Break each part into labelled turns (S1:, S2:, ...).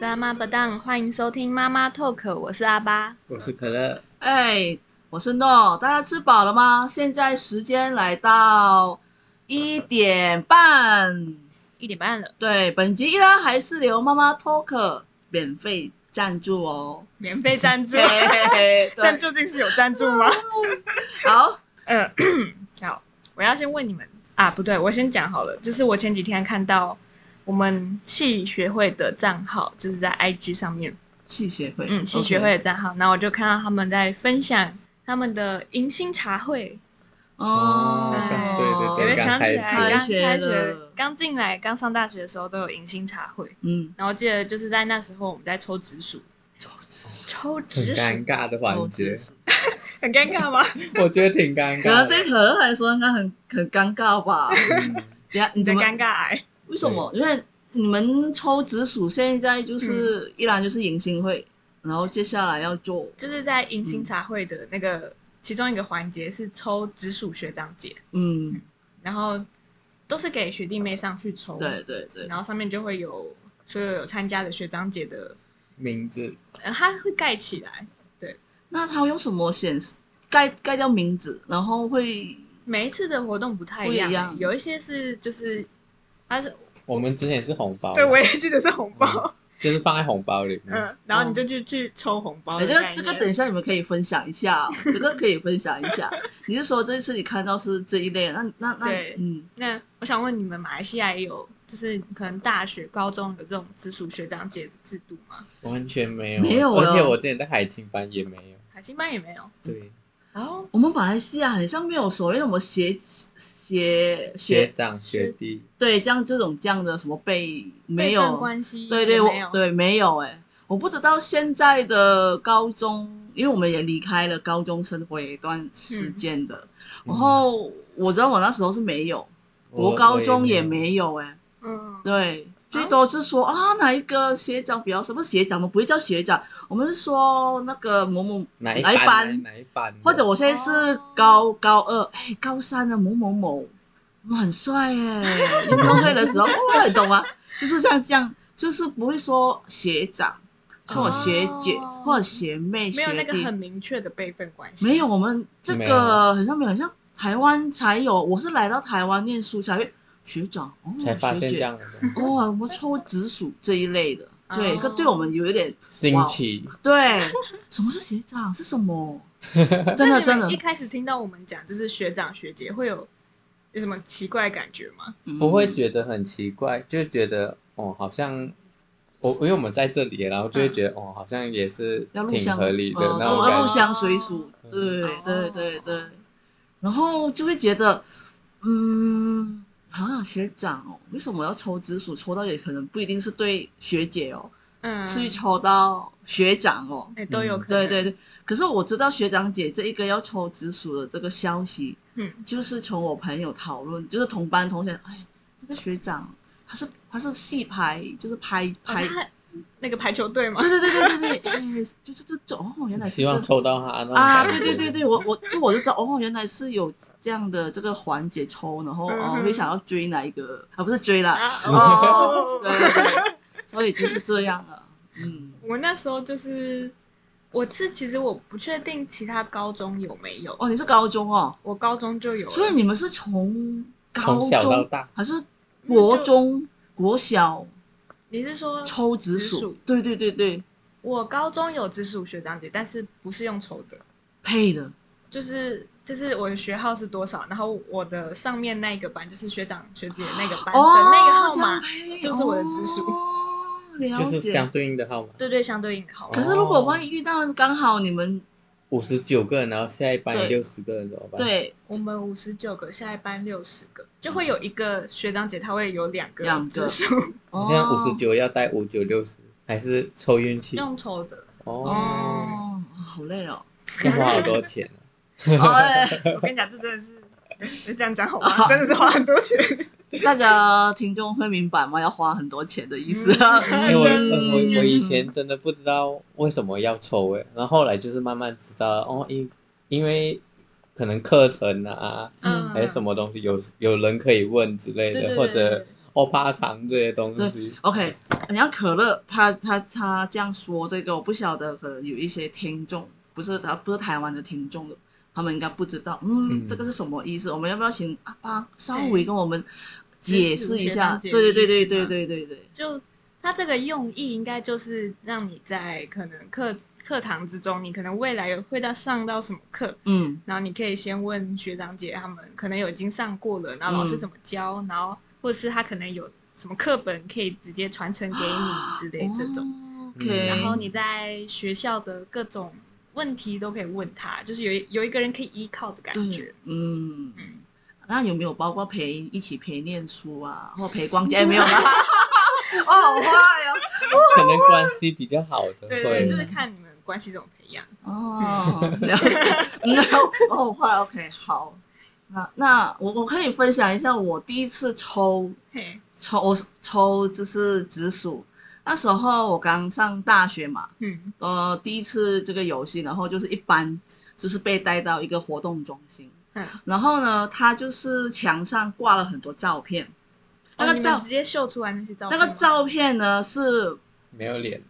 S1: 三妈不当，欢迎收听妈妈 talk，我是阿巴。
S2: 我是可乐，
S3: 哎，我是诺，大家吃饱了吗？现在时间来到一点半。
S1: 一点半了，
S3: 对，本集依然还是由妈妈 Talk 免费赞助哦。
S1: 免费赞 助
S3: 嘿嘿嘿
S1: 赞
S3: 对，
S1: 助竟是有赞助吗？
S3: 好，
S1: 呃， 好，我要先问你们啊，不对，我先讲好了。就是我前几天看到我们系学会的账号，就是在 IG 上面，
S3: 系学会，
S1: 嗯，系学会的账号，那我就看到他们在分享他们的迎新茶会，
S3: OK
S2: 哦
S3: 哦，
S1: 刚
S2: 对
S1: 有
S2: 对
S1: 没有
S2: 对
S1: 想起来？
S2: 刚
S1: 刚
S3: 开学
S1: 开学
S3: 了、
S1: 刚进来、刚上大学的时候都有迎新茶会，
S3: 嗯，
S1: 然后记得就是在那时候我们在抽紫薯，抽
S2: 很
S1: 紫薯，
S2: 尴尬的环节，
S1: 很尴尬吗？
S2: 我觉得挺尴
S3: 可能
S2: 尬的。
S3: 对可乐来说应该很很尴尬吧？
S2: 嗯
S3: 等一下 你
S1: 你的
S3: 怎么？
S1: 尴尬欸癌，
S3: 为什么？因为你们抽紫薯现在就是
S1: 嗯
S3: 依然就是迎新会，然后接下来要做
S1: 就是在迎新茶会的那个其中一个环节是抽紫薯学长姐，
S3: 嗯，
S1: 然后都是给学弟妹上去抽，
S3: 对，对对，
S1: 然后上面就会有所有有参加的学长姐的，
S2: 名字
S1: 呃，它会盖起来，
S3: 那他用什么显示盖盖掉名字，然后会
S1: 每一次的活动不太一欸哦
S3: 不一样
S1: 有一些是就是它是
S2: 我们之前是红包，
S1: 对我也记得是红包，
S2: 就是放在红包里面。
S1: 嗯，然后你就去去抽红包
S3: 哎，
S1: 的
S3: 这
S1: 哦概
S3: 个
S1: 念，
S3: 这个等一下你们可以分享一下哦，这个可以分享一 下。你是说这一次你看到是这一类？那那那
S1: 对
S3: 嗯，
S1: 那我想问你们，马来西亚也有就是可能大学、高中有这种直属学长姐的制度吗？
S2: 完全没有，
S3: 没有啊
S2: 而
S3: 了
S2: 且我之前在海青班也没有。
S1: 海星班也没有。
S2: 对，
S1: 哦，
S3: 我们马来西亚很像没有所谓什么学学
S2: 学
S3: 学
S2: 长学弟，
S3: 对这样这种这样的什么被没
S1: 辈分
S3: 有
S1: 关系，
S3: 对对，我
S1: 嗯没有。
S3: 对没有哎、我不知道现在的高中，因为我们也离开了高中生活一段时
S1: 嗯
S3: 间的。然后我知道我那时候是没有，嗯我高中也
S2: 有。
S3: 没有哎、
S1: 嗯，
S3: 对，最多是说啊哪一个学长比较什么学长，我们不会叫学长，我们是说那个某某
S2: 哪一
S3: 哪一班
S2: 哪一班？
S3: 或者我现在是
S1: 哦
S3: 高、高二，哎，高三的某某某，哇很帅哎， 运动会的时候，哦哇，你懂吗？就是像这样，就是不会说学长，说我学姐、
S1: 哦
S3: 或者学妹、
S1: 没有那
S3: 学
S1: 个
S3: 弟
S1: 很，明确的辈分关系，
S3: 没有，我们这
S2: 没
S3: 个
S2: 有
S3: 好像没有，好像台湾才有。我是来到台湾念书才会学长，哦，
S2: 才发现
S3: 学
S2: 这
S3: 姐，哦
S2: 样的
S3: 哇，我们抽紫薯这一类的，对，
S1: 哦
S3: 可对我们有一点
S2: 新奇，
S3: 对，什么是学长是 什么？真
S1: 那
S3: 的
S1: 你
S3: 真
S1: 们
S3: 的
S1: 一，开始听到我们讲就是学长学姐，会有有什么奇怪的感觉吗？
S2: 不会
S3: 嗯
S2: 觉得很奇怪，就觉得哦，好像我因为我们在这里，然后就会觉得、哦，好像也是
S3: 嗯要入
S2: 挺
S3: 乡
S2: 合理的
S3: 呃
S2: 那种
S3: 要要
S2: 感
S3: 入
S2: 觉。
S3: 乡随俗，
S2: 嗯
S3: 对
S1: 哦
S3: 对对对，然后就会觉得，嗯，啊，学长哦，为什么要抽紫薯？抽到也可能不一定是对学姐哦，
S1: 嗯，
S3: 是抽到学长哦，
S1: 哎都有可能，
S3: 对对，对。可是我知道学长姐这一个要抽紫薯的这个消息，
S1: 嗯，
S3: 就是从我朋友讨论，就是同班同学，哎，这个学长他是他是戏拍，就是拍
S1: 哦
S3: 拍。
S1: 他那个排球队吗？
S3: 对对对对对对，哎，就是这种哦，原来是
S2: 希
S3: 这
S2: 望
S3: 样。
S2: 抽到他那种
S3: 啊，
S2: 感觉
S3: 对对对对，我我就我就知道哦，原来是有这样的这个环节抽，然后
S1: 嗯
S3: 哦
S1: 哼
S3: 会想要追哪一个啊，不是追啦，
S1: 啊
S3: 哦，对对对，所以就是这样了，嗯，
S1: 我那时候就是，我是其实我不确定其他高中有没有，
S3: 哦，你是高中哦，
S1: 我高中就有了，
S3: 所以你们是从高
S2: 从小到
S3: 中
S2: 大，
S3: 还是
S1: 嗯
S3: 国
S1: 就
S3: 中、国小
S1: 你是说
S3: 抽紫
S1: 紫
S3: 薯
S1: 薯？
S3: 对对对对，
S1: 我高中有直属学长姐，但是不是用抽的，
S3: 配的，
S1: 就是就是我的学号是多少，然后我的上面那一个班就是学长学姐那个班的
S3: 哦，
S1: 那个号
S3: 这
S1: 码
S3: 样，配
S1: 就是我的紫薯
S3: 哦，了
S2: 就是相
S3: 解。
S2: 对应的号码，
S1: 对对，相对应的号码。
S3: 可是如果
S2: 哦
S3: 万一遇到刚好你们
S2: 五十九个人，然后下一班
S3: 对
S2: 六十个人怎么办？，
S3: 对
S1: 我们五十九个，下一班六十个，就会有一个学长姐，她会有两个
S3: 两
S1: 直
S3: 个
S1: 属
S2: 你这样
S3: 哦
S2: 五十九要带五九六十，还是抽运气？
S1: 用抽 的。
S2: 哦，
S3: 哦，好累 哦。
S2: 要花好多钱啊
S3: 哎，
S1: 我跟你讲，这真的是，你这样讲好吗？ 真的是花很多钱。
S3: 大家听众会明白吗？要花很多钱的意思。
S1: 嗯
S2: 因为我呃我
S3: 嗯
S2: 我以前真的不知道为什么要抽诶，然后后来就是慢慢知道哦，因因为可能课程啊，
S3: 嗯
S2: 还是什么东西有有人可以问之类的，
S1: 对对对
S2: 或者欧巴糖这些东西。
S3: OK，你像可乐，他他他这样说这个，我不晓得，可能有一些听众不是他不是台湾的听众的，他们应该不知道，嗯，
S2: 嗯
S3: 这个是什么意思？我们要不要请阿爸稍微跟我们解释一下？
S1: 解
S3: 对
S1: 释一
S3: 对
S1: 下这
S3: 对对对
S1: 个
S3: 对对对，
S1: 就它这个用意应该就是让你在可能课课堂之中，你可能未来会到上到什么课，
S3: 嗯
S1: 然后你可以先问学长姐他们可能有已经上过了，然后老师怎么教，然后或者是他可能有什么课本可以直接传承给你之类这种。
S3: 种
S2: 嗯
S3: 哦 OK，
S1: 然后你在学校的各种问题都可以问他，就是有一有一个人可以依靠的感觉
S3: 对。，嗯
S1: 嗯，
S3: 那有没有包括陪一起陪念书啊，或陪逛街？哎，没 有啦，我好坏哦。
S2: 可能关系比较好的
S1: 对
S2: 会
S1: 对，就是看你们关系怎么培养。
S3: 哦，了解，然后 哦，后来 OK 好，那那我我可以分享一下我第一次抽
S1: 嘿，
S3: 抽我是抽就是紫薯，那时候我刚上大学嘛，
S1: 嗯
S3: 呃，第一次这个游戏，然后就是一般就是被带到一个活动中心，
S1: 嗯，
S3: 然后呢，它就是墙上挂了很多照片，那
S1: 哦
S3: 个
S1: 你
S3: 照
S1: 们直接秀出来那些照片，
S3: 那个照，片呢是
S2: 没有脸，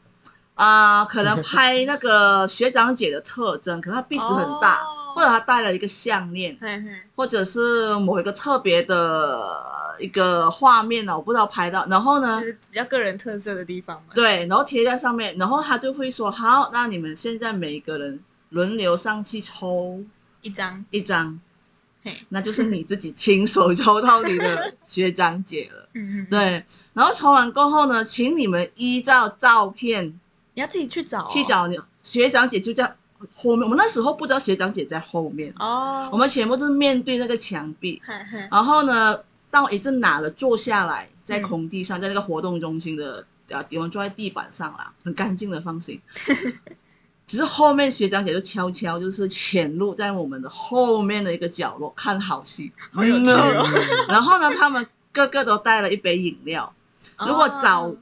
S3: 啊、可能拍那个学长姐的特征，可能她鼻子很大，
S1: 哦
S3: 或者她戴了一个项链，
S1: 嘿嘿，
S3: 或者是某一个特别的一个画面呢，我不知道拍到。然后呢
S1: 就，是比较个人特色的地方嘛。
S3: 对，然后贴在上面，然后他就会说：“好，那你们现在每一个人轮流上去抽
S1: 一张，
S3: 一张，
S1: 嘿，
S3: 那就是你自己亲手抽到你的学长姐了。”
S1: 嗯嗯，，
S3: 对，然后抽完过后呢，请你们依照照片
S1: 你要自己去找哦
S3: 去找你学长姐就在后面。我们那时候不知道学长姐在后面，
S1: 哦。
S3: 我们全部就是面对那个墙壁。
S1: 嘿嘿，
S3: 然后呢，到一阵拿了坐下来，在空地上，在那个活动中心的啊，我们坐在地板上啦，很干净的，放心。只是后面学长姐就悄悄就是潜入在我们的后面的一个角落看好戏，
S1: 好有趣哦
S3: 然后呢，他们个个都带了一杯饮料。 如果找、
S1: 哦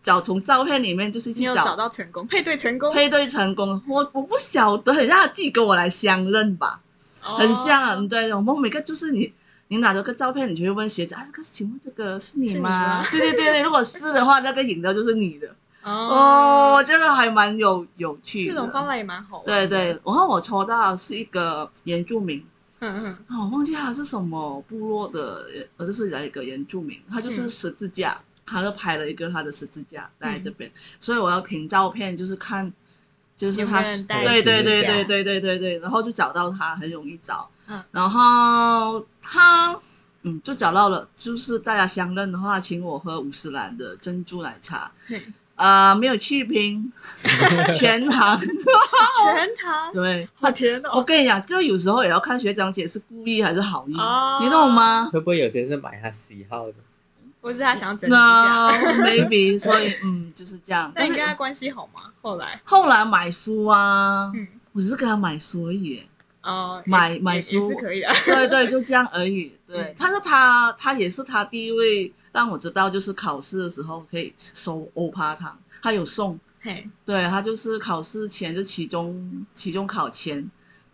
S3: 找从照片里面就是
S1: 你
S3: 去
S1: 有找到成功配对成功，
S3: 配对成功，我我不晓得，很像他自己跟我来相认吧。
S1: 哦
S3: 很像啊，对，我们每个就是你，你拿着个照片，你就会问学姐啊，这个请问这个是你
S1: 是你
S3: 吗？
S1: 吗
S3: 对对对对，如果是的话，那个饮料就是你的。哦，
S1: 哦
S3: 我，觉得还蛮有有趣
S1: 这种方
S3: 的。
S1: 法也蛮好玩。
S3: 对对，，然后我抽到的是一个原住民，
S1: 嗯嗯，
S3: 啊，我忘记他是什么部落的，呃，就是来一个原住民，他就是
S1: 嗯
S3: 十字架，他就拍了一个他的十字架在这边，所以我要凭照片就是看，就是
S1: 有没
S3: 他
S1: 有
S3: 是
S1: 人带
S3: 对
S2: 十字
S3: 对对
S1: 架
S3: 对对对对对，然后就找到他，很容易找，
S1: 嗯
S3: 然后他嗯就找到了，就是大家相认的话，请我喝五十兰的珍珠奶茶，
S1: 嘿
S3: 呃，没有 去冰，全糖，
S1: 哦全糖，
S3: 对，
S1: 好甜哦
S3: 我。跟你讲，这个有时候也要看学长姐是故意还是好意，
S1: 哦
S3: 你懂吗？
S2: 会不会有些是买他喜好的？
S1: 我只是他想要 整理一
S3: 那
S1: 下。
S3: maybe，所以嗯就是这样。
S1: 那
S3: 但
S1: 你跟他
S3: 是
S1: 关系好吗？后来，
S3: 后来买书啊，
S1: 嗯，
S3: 我只是给他买书而已，
S1: 哦，也
S3: 买
S1: 也
S3: 买
S1: 也
S3: 书
S1: 是可以的。
S3: 对对，就这样而已。对
S1: 嗯，
S3: 但是他他也是他第一位让我知道，就是考试的时候可以收欧趴糖，他有送。
S1: 嘿，
S3: 对他就是考试前就期中期中考前，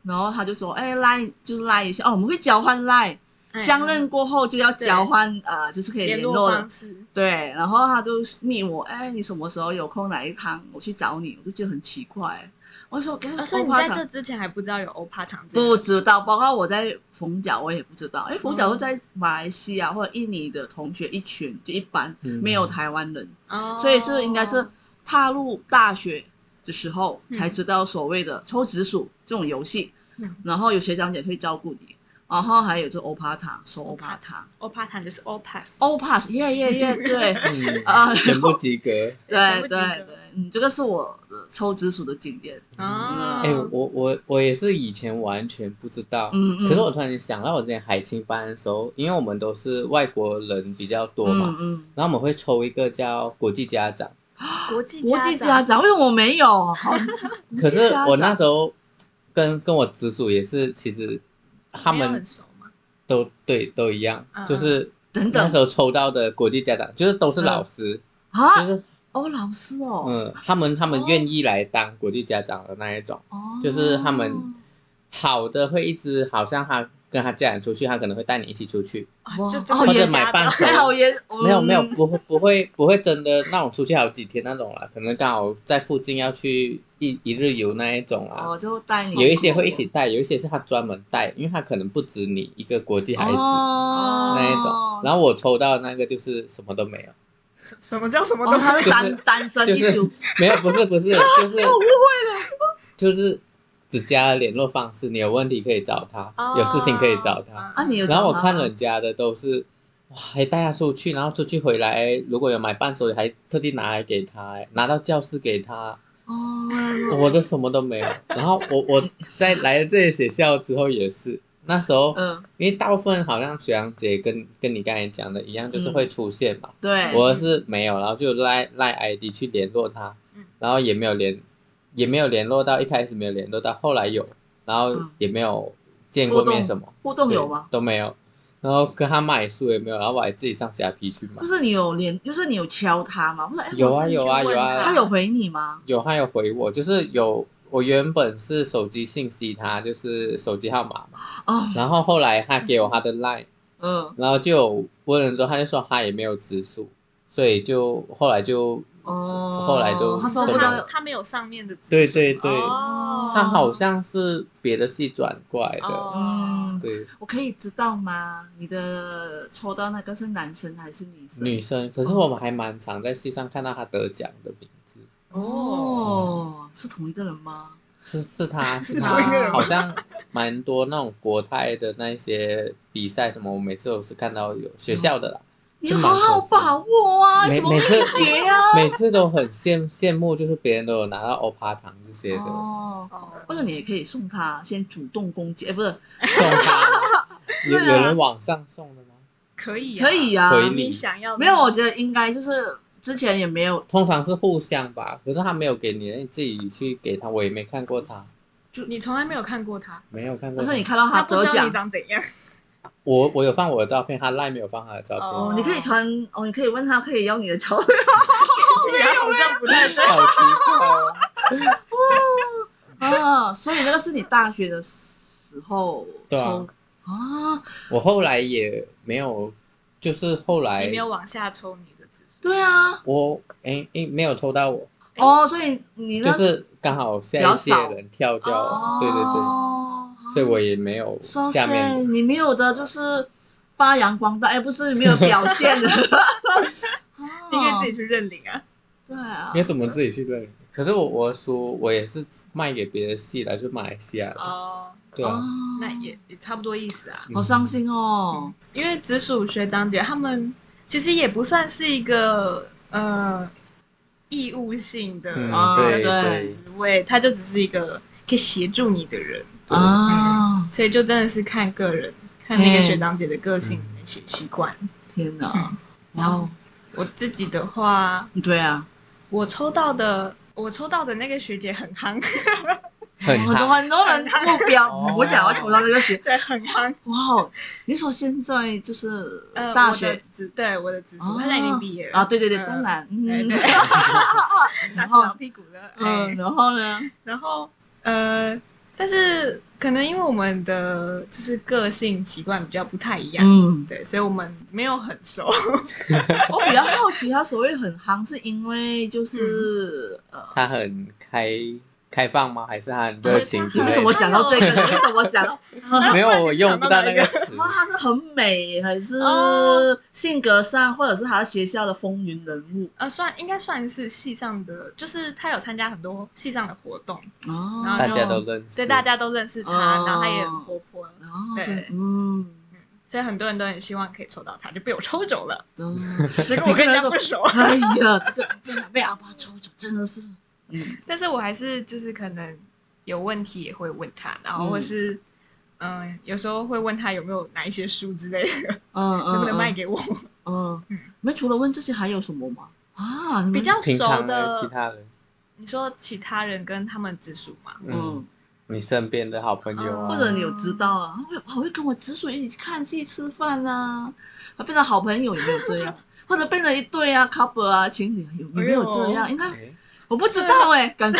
S3: 然后他就说，哎，赖就是赖一下哦，我们会交换赖。
S1: 哎
S3: 相认过后就要交
S1: 对
S3: 换，呃，就是可以
S1: 联
S3: 联络了
S1: 方。式，
S3: 对，然后他就密我，哎，你什么时候有空来一趟？我去找你，我就觉得很奇怪。我就说，给
S1: 哦
S3: 我
S1: 所以
S3: 欧
S1: 你
S3: 巴
S1: 在这
S3: 糖，
S1: 之前还不知道有欧帕糖这
S3: 不
S1: 个，
S3: 知道，包括我在逢甲，我也不知道。哎，逢甲
S1: 哦
S3: 都在马来西亚或者印尼的同学一群，就一般
S2: 嗯
S3: 没有台湾人，
S1: 哦
S3: 所以是应该是踏入大学的时候才知道所谓的抽紫薯这种游戏，
S1: 嗯
S3: 然后有学长姐会照顾你，然后还有就欧巴糖，收欧巴 糖，
S1: 欧帕糖就是 all pass，
S3: 欧巴，耶耶 耶，对。
S2: 嗯
S3: 啊
S2: 全部及 格。
S3: 对
S1: 全
S3: 对
S1: 部及
S3: 对
S1: 格，
S3: 嗯，这个是我的抽紫薯的经验。
S1: 哦
S2: 哎、我我我也是以前完全不知道，
S3: 嗯嗯。
S2: 可是我突然间想到，我之前海青班的时候，因为我们都是外国人比较多嘛，
S3: 嗯嗯，
S2: 然后我们会抽一个叫国际家长。
S1: 国际
S3: 国际家
S1: 家长，
S3: 长，因为我没有。好
S2: 可是我那
S3: 家长
S2: 时候跟跟我直属也是，其实他
S1: 没有很
S2: 们
S1: 熟嘛，
S2: 都对都一样，
S1: 嗯
S2: 就是
S3: 啊等
S2: 那
S3: 等嗯
S2: 时候抽到的国际家长，就是都是老师，就
S3: 啊，
S2: 是
S3: 哦，老师哦，
S2: 嗯，他们他们愿意来当国际家长的那一种，
S3: 哦，
S2: 就是他们好的会一直好像他跟他家人出去，他可能会带你一起出去，
S1: 啊
S3: 哇
S1: 就真
S3: 哦
S1: 的
S2: 或者
S3: 也
S2: 买伴手
S3: 还好
S2: 礼。
S3: 也
S2: 没有没有，
S3: 嗯
S2: 不会不会不会真的那种出去好几天那种啦，啊可能刚好在附近要去一一日游那一种啊。
S3: 哦，就带你
S2: 有一些会一起带，有一些是他专门带，因为他可能不止你一个国际孩子、
S3: 哦
S2: 那一种。然后我抽到那个就是什么都没有，
S1: 什什么叫什么
S3: 哦，
S1: 都
S3: 他是
S2: 就是
S3: 单单身
S2: 就
S3: 一
S2: 是
S3: 族，
S2: 没有，不是不是，就是 我误会了，就是只加了联络方式，你有问题可以找他，有事情可以哦找他。
S1: 啊
S3: 哦啊，你有
S2: 然后我
S3: 找他
S2: 看
S3: 吗
S2: 人家的都是，哇，还带他出去，然后出去回来，哎如果有买伴手礼，还特地拿来给他，哎拿到教室给他，
S3: 哦，
S2: 我都什么都没有。然后我我在来了这些学校之后也是，那时候
S3: 嗯，
S2: 因为大部分好像学长姐跟跟你刚才讲的一样，就是
S3: 嗯
S2: 会出现嘛。
S3: 对，
S2: 我是没有，然后就赖赖 ID 去联络他
S1: 嗯，
S2: 然后也没有联，也没有联络到，一开始没有联络到，后来有，然后
S3: 嗯
S2: 也没有见过面什么，
S3: 互动
S2: 对
S3: 有吗？？
S2: 都没有。然后跟他买书也没有，然后我还自己上虾皮去买
S3: 就。是你有连，就是你有敲他吗？或者哎
S2: 有
S3: 我
S2: 啊
S3: 是
S2: 有啊有啊，
S3: 他有回你吗？
S2: 有他有回我，就是有我原本是手机信息他，就是手机号码嘛，
S3: 哦，
S2: 然后后来他给我他的 line，
S3: 嗯，
S2: 然后就有问了之后，他就说他也没有直属，所以就后来就
S3: 哦，
S2: 后来就
S3: 他收
S1: 说
S3: 不
S2: 分
S3: 到
S1: 他
S2: 了，
S1: 他没有上面的指数，
S2: 对对对
S1: 哦
S2: 他好像是别的系转过来的，
S1: 哦
S3: 嗯，
S2: 对，
S3: 我可以知道吗？你的抽到那个是男生还是女生？
S2: 女生。可是我们还蛮常在戏上看到她得奖的名字，
S3: 哦，是同一个人吗？
S2: 是是 她
S1: 是
S2: 是
S1: 同一个人
S2: 她，
S1: 吗
S2: 好像蛮多那种国泰的那些比赛什么，我每次都是看到有学校的啦，
S3: 你
S2: 就蛮
S3: 好好
S2: 可惜
S3: 把握啊，
S2: 每
S3: 什么
S2: 每
S3: 秘
S2: 次
S3: 诀啊？
S2: 每次都很羡羡慕，就是别人都有拿到欧趴糖这些的，
S3: 哦，
S1: 哦
S3: 或者你也可以送他，先主动攻击，哎，不是，
S2: 送 她有
S3: 对啊
S2: 有人网上送的吗？
S1: 可以啊
S3: 可以啊，
S2: 回
S1: 你想要的
S3: 没有，我觉得应该就是之前也没有，
S2: 通常是互相吧，可是他没有给你，你自己去给他，我也没看过他，
S1: 你从来没有看过他，
S2: 没有看过
S3: 但
S2: 他。
S3: 哦是你看到他
S1: 不
S3: 啊得
S1: 知道
S3: 奖
S1: 你，长怎样，
S2: 我我有放我的照片，他赖没有放他的照片，
S1: 哦
S3: 哦，你可以传哦，你可以问他，可以要你 的钞票。
S1: 听起来好像不太对。
S2: 好奇怪哦。
S3: 啊，所以那个是你大学的时候
S2: 对啊
S3: 抽啊，
S2: 我后来也没有，就是后来
S1: 你没有往下抽你的指数，
S3: 对啊，
S2: 我哎哎没有抽到我，
S1: 哎
S3: 哦，所以你
S2: 就
S3: 那
S2: 是刚好下
S3: 比较
S2: 一届
S3: 少
S2: 人跳掉
S1: 哦
S2: 了，对对对，
S3: 哦，
S2: 所以我也没有
S3: 哇
S2: 下
S3: 塞，
S2: 面。
S3: 你没有的就是发扬光大，哎，不是没有表现 的，啊
S1: 你可以自己
S3: 己
S1: 去认领啊。
S3: 对啊
S2: 你，要怎么自己去认？可是我我书我也是卖给别的系来就马来西亚的，
S1: 哦，
S2: 对啊，
S3: 哦
S1: 那也也差不多意思啊。
S2: 嗯
S3: 好伤心哦，
S1: 因为直属学长姐他们其实也不算是一个呃义务性的
S2: 嗯，
S3: 啊
S2: 对
S3: 对
S2: 对
S1: 职位，他就只是一个可以协助你的人，
S2: 对
S3: 啊，
S1: 所以就真的是看个人，看那个
S3: 嗯
S1: 学长姐的个性、习习惯。
S3: 天哪
S1: 嗯，
S3: 然后
S1: 我自己的话，
S3: 对啊，
S1: 我抽到的，我抽到的那个学姐很夯，
S2: 很
S3: 很多
S2: 夯
S3: 很多人目标，
S2: 哦
S3: 我想要抽到这个学，
S1: 对，很夯。
S3: 哇，哦你说现在就是
S1: 呃，
S3: 大
S1: 我
S3: 学
S1: 的直对我的直属，
S3: 哦
S1: 他现在已经毕业了
S3: 啊，对对对，
S1: 呃
S3: 当然，
S1: 对
S3: 嗯，
S1: 对 打
S3: 然
S1: 死老
S3: 后，
S1: 屁股了，哎
S3: 嗯，然后呢？
S1: 然后呃，但是可能因为我们的就是个性习惯比较不太一样，
S3: 嗯，
S1: 对，所以我们没有很 熟。
S3: 我比较好奇，他所谓很夯，是因为就是呃，
S2: 他很开开放吗？还是他很热情之
S1: 对
S2: 类
S3: 嗯为
S2: 的？
S3: 什么想到这个？ 为什么想到？
S2: 没有，我用不到那个词。
S3: 哇，他是很美，还是
S1: 哦
S3: 性格上，或者是他学校的风云人物？
S1: 呃，算应该算是系上的，就是他有参加很多系上的活动，
S3: 哦，
S1: 然后
S2: 大家都认识，
S1: 对，大家都认识他，
S3: 哦
S1: 然后他也很活泼，
S3: 然后
S1: 对
S3: 是嗯。
S1: 所以很多人都很希望可以抽到他，就被我抽走 了。
S3: 都
S1: 结果我跟人家
S3: 你，
S1: 不熟
S3: 哎呀，这个被被阿爸抽走真的是，嗯，
S1: 但是我还是就是可能有问题也会问他，然后或是嗯、呃有时候会问他有没有哪一些书之类的，
S3: 嗯嗯，
S1: 能不能
S3: 嗯
S1: 卖给我？
S3: 嗯
S1: 嗯，
S3: 你们除了问这些还有什么吗？啊，你们
S1: 比较
S2: 嗯平
S1: 熟
S2: 常的其
S1: 的，
S2: 他人，
S1: 你说其他人跟他们直属嘛？
S2: 嗯
S3: 嗯，，
S2: 你身边的好朋友啊，
S3: 或者你有知道啊，会还会跟我直属一起看戏、吃饭啊，还变成好朋友有没有这 样？或者变成一对啊，couple 啊，情侣啊有有没有这
S1: 哎
S3: 样？
S1: 呦
S3: 应该
S2: 诶
S3: 我不知道哎，感觉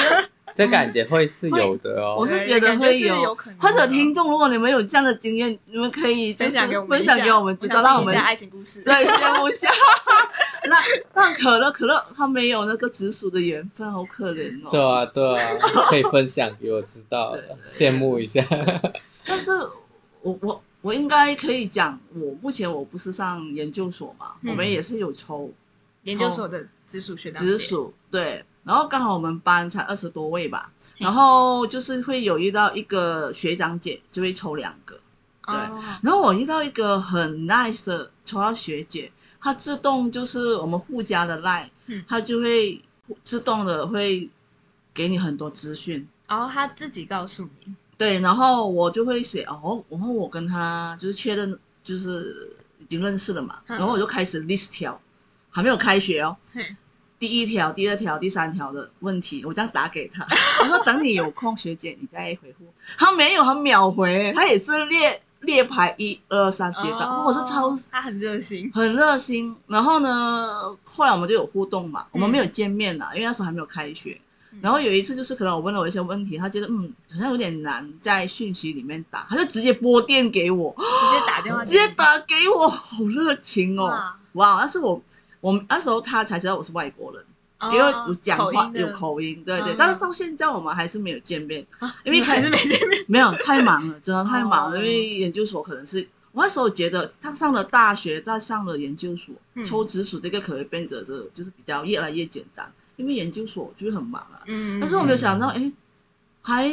S2: 这感觉会是有的哦。
S3: 我是哎觉得会
S1: 感觉是有可能的
S3: 或者听众，如果你们有这样的经验，你们可以就
S1: 分
S3: 是
S1: 享给我们
S3: 分
S1: 一下，
S3: 享给我们知道，
S1: 想听
S3: 让我
S1: 一
S3: 们
S1: 下爱情故事。
S3: 对羡慕一下。让让可乐可乐他没有那个紫薯的缘分，好可怜哦。
S2: 对啊，对啊，可以分享给我知道了，羡慕一下。
S3: 但是我我我应该可以讲，我目前我不是上研究所嘛，
S1: 嗯
S3: 我们也是有抽
S1: 研究所的直属学长姐
S3: 哦直属，对，然后刚好我们班才二十多位吧，然后就是会有遇到一个学长姐就会抽两个，
S1: 哦
S3: 然后我遇到一个很 nice 的抽到学姐，她自动就是我们互加的 line，、
S1: 嗯
S3: 她就会自动的会给你很多资讯。
S1: 然后他自己告诉 你，
S3: 对，然后我就会写哦，然后我跟他就是确认，就是已经认识了嘛，
S1: 嗯
S3: 然后我就开始 list 条，还没有开学哦
S1: 嘿，
S3: 第一条、第二条、第三条的问题，我这样打 给他，我说等你有空，学姐你再回复。他没有，他秒回，他也是列列排一二三结账，
S1: 哦
S3: 我是超
S1: 他很热心，
S3: 很热心。然后呢，后来我们就有互动嘛，我们没有见面啊啦，因为那时候还没有开学。
S1: 嗯
S3: 然后有一次就是可能我问了我一些问题，他觉得嗯好像有点难在讯息里面打，他就直接拨电给我，
S1: 直接打电话给
S3: 直
S1: 你，
S3: 接打给我，好热情哦！
S1: 哇，
S3: 哇，那是我我那时候他才知道我是外国人，
S1: 哦
S3: 因为我讲话
S1: 音的
S3: 有口音，对对。
S1: 嗯
S3: 但是到现在我们还是没有见面，
S1: 啊
S3: 因为
S1: 还是没见面，
S3: 没有太忙了，真的太忙
S1: 哦
S3: 了。因为研究所可能是我那时候觉得，他上了大学，再上了研究所，
S1: 嗯
S3: 抽直属这个可能变得这就是比较越来越简单，因为研究所就是很忙啊。
S1: 嗯
S3: 但是我没有想到，哎，还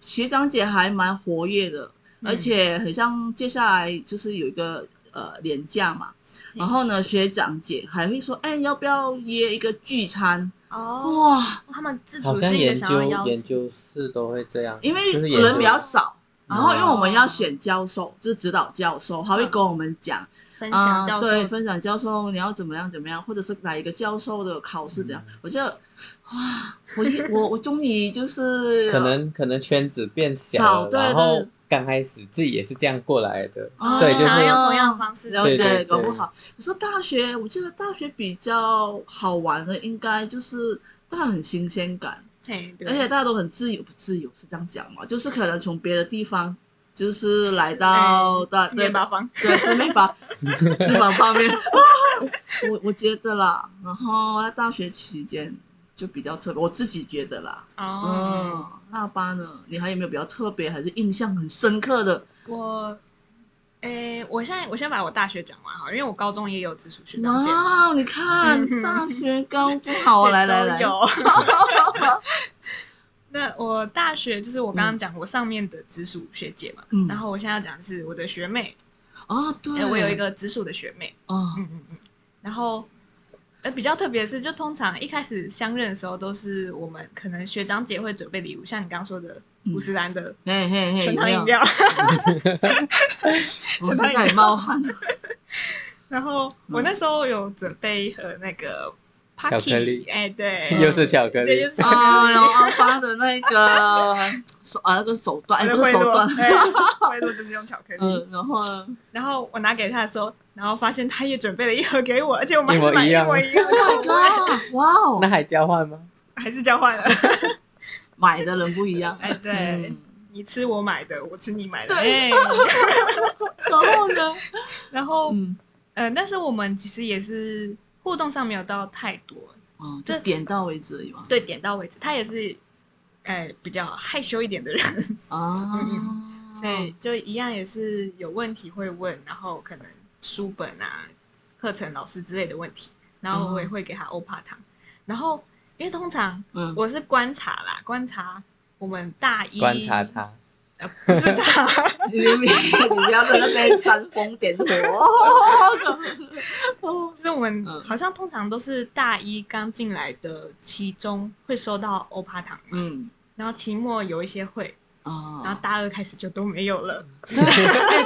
S3: 学长姐还蛮活跃的，
S1: 嗯
S3: 而且很像接下来就是有一个呃年假嘛，
S1: 嗯
S3: 然后呢学长姐还会说，哎，要不要约一个聚餐？
S1: 哦，
S3: 哇，
S1: 他们自
S2: 好
S1: 主
S2: 像
S1: 性
S2: 研
S1: 的想
S2: 究
S1: 要邀
S2: 研
S1: 请，
S2: 究室都会这样，
S3: 因为
S2: 就是研究
S3: 人比较
S2: 嗯
S3: 少。然后，因为我们要选教授，就是指导教授，他会
S1: 哦嗯
S3: 跟我们讲
S1: 分
S3: 啊、
S1: 享教授
S3: 对，分享教授你要怎么样怎么样，或者是哪一个教授的考试怎样。
S1: 嗯
S3: 我觉得，哇，我一我我终于就是
S2: 可能可能圈子变
S3: 少
S2: 小了，
S3: 对
S2: 然后
S3: 对
S2: 刚开始自己也是这样过来的，
S3: 哦
S2: 所以就
S1: 想要
S2: 是
S1: 用同样的方式，
S3: 了
S2: 对
S3: 解
S2: 对
S3: 搞不
S2: 对
S3: 好。可是大学，我记得大学比较好玩的，应该就是大家很新鲜感，
S1: 嘿对
S3: 而且大家都很自由，不自由是这样讲嘛？就是可能从别的地方，就是
S1: 哎
S3: 来到大
S1: 四
S3: 对
S1: 面八方，
S3: 对，是没把翅膀方面，我我觉得啦。然后在大学期间就比较特别，我自己觉得啦。嗯
S1: 哦，，
S3: 那班呢？你还有没有比较特别，还是印象很深刻的？
S1: 我。诶，我现在我先把我大学讲完哈，因为我高中也有直属学长姐嘛，
S3: 哇，你看
S1: 嗯哼
S3: 大学、高中，好，
S1: 也
S3: 啊哦来来
S1: 都
S3: 来，
S1: 有。 那我大学就是我刚刚讲我上面的直属学姐嘛，
S3: 嗯
S1: 然后我现在要讲的是我的学妹，
S3: 哦，对
S1: 哎，，我有一，个直属的学妹，
S3: 哦，
S1: 嗯嗯嗯，然后。呃，比较特别的是，就通常一开始相认的时候，都是我们可能学长姐会准备礼物，像你刚刚说的
S3: 嗯
S1: 五十岚的
S3: 嘿嘿嘿，
S1: 全糖饮
S3: 有没有，
S1: 料，
S3: 我现在也 冒汗，
S1: 然后
S3: 嗯
S1: 我那时候有准备一盒那个 p o
S2: 巧
S1: c
S2: 克力
S1: k 哎，对，
S2: 又是巧克
S1: 对，
S2: 力
S1: 就，是巧克
S3: 哎
S1: 力
S3: 呦，阿发的那个手啊，那个手段，哎，
S1: 我
S3: 不
S1: 的
S3: 是
S1: 贿
S3: 手段
S1: 赂，，对 贿赂哎就是用巧克力，
S3: 嗯，然 后呢
S1: 然后我拿给他的时候，然后发现他也准备了一盒给我，而且我们
S2: 一模
S1: 还买
S2: 一样
S1: 模一样的，
S3: ，Oh my god，哇哦
S2: 那，还交换吗？
S1: 还是交换了。
S3: 买的人不一样，
S1: 哎，对
S3: 嗯，，
S1: 你吃我买的，我吃你买的。哎
S3: 对，然后呢，
S1: 然后
S3: 嗯，
S1: 呃，但是我们其实也是互动上没有到太多，
S3: 哦，就
S1: 这
S3: 点到为止而已嘛，
S1: 对，点到为止。他也是，哎，比较害羞一点的人，
S3: 啊
S1: 嗯，所
S2: 哦
S1: 以就一样也是有问题会问，然后可能书本啊、课程老师之类的问题，然后
S2: 哦
S1: 我也会给他欧帕糖，然后因为通常。
S3: 嗯，
S1: 我是观察啦，观察我们大一
S2: 观察，他，
S1: 呃，不是 他，
S3: 你你你不要在那边煽风点火，哦，
S1: 就是我们
S3: 嗯
S1: 好像通常都是大一刚进来的，期中会收到欧帕糖，嘛，
S3: 嗯。
S1: 然后期末有一些会，
S3: 啊，
S1: 然后大二开始就都没有
S2: 哦
S1: 了。
S3: 对对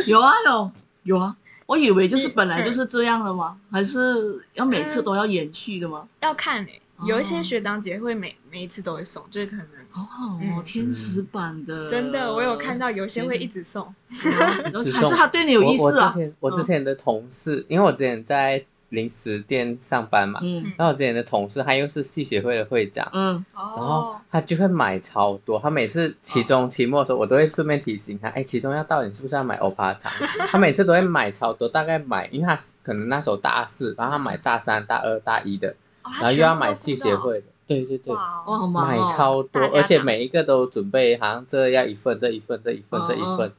S3: 对，有啊有有啊，我以为就是本来就是这样的吗？还是要每次都要延续的吗？
S1: 要看诶、
S3: 哦
S1: 有一些学长姐会每每一次都会送，就是可能。
S3: 好好哦，
S1: 嗯
S3: 天使版的，
S1: 真的，我有看，到有一些会一直送，
S3: 还是他对你有意
S2: 我我
S3: 思
S2: 之
S3: 啊？
S2: 前我
S3: 嗯
S2: 之前的同事，因为我之前在零食店上班嘛，
S3: 嗯
S2: 然后我之前的同事他又是系学会的会长，
S3: 嗯，
S2: 然后
S1: 哦，
S2: 他就会买超多，他每次期
S3: 哦
S2: 中、期末的时候，我都会顺便提醒他，哎，期中要到，你是不是要买欧巴糖？ 他每次都会买超多，大概买，因为他可能那时候大四，然后他买大三、大二、大一的，
S3: 哦
S1: 然
S3: 啊
S2: 然后又要买系协，会的，对对对，
S1: 哇
S3: 哇，
S1: 哦，
S3: 好忙
S2: 买
S3: 哦
S2: 超多
S1: 大，家
S2: 而且
S1: 长
S2: 每一个都准备，好像这要一份，这一份，这一
S1: 嗯
S2: 份，这一份，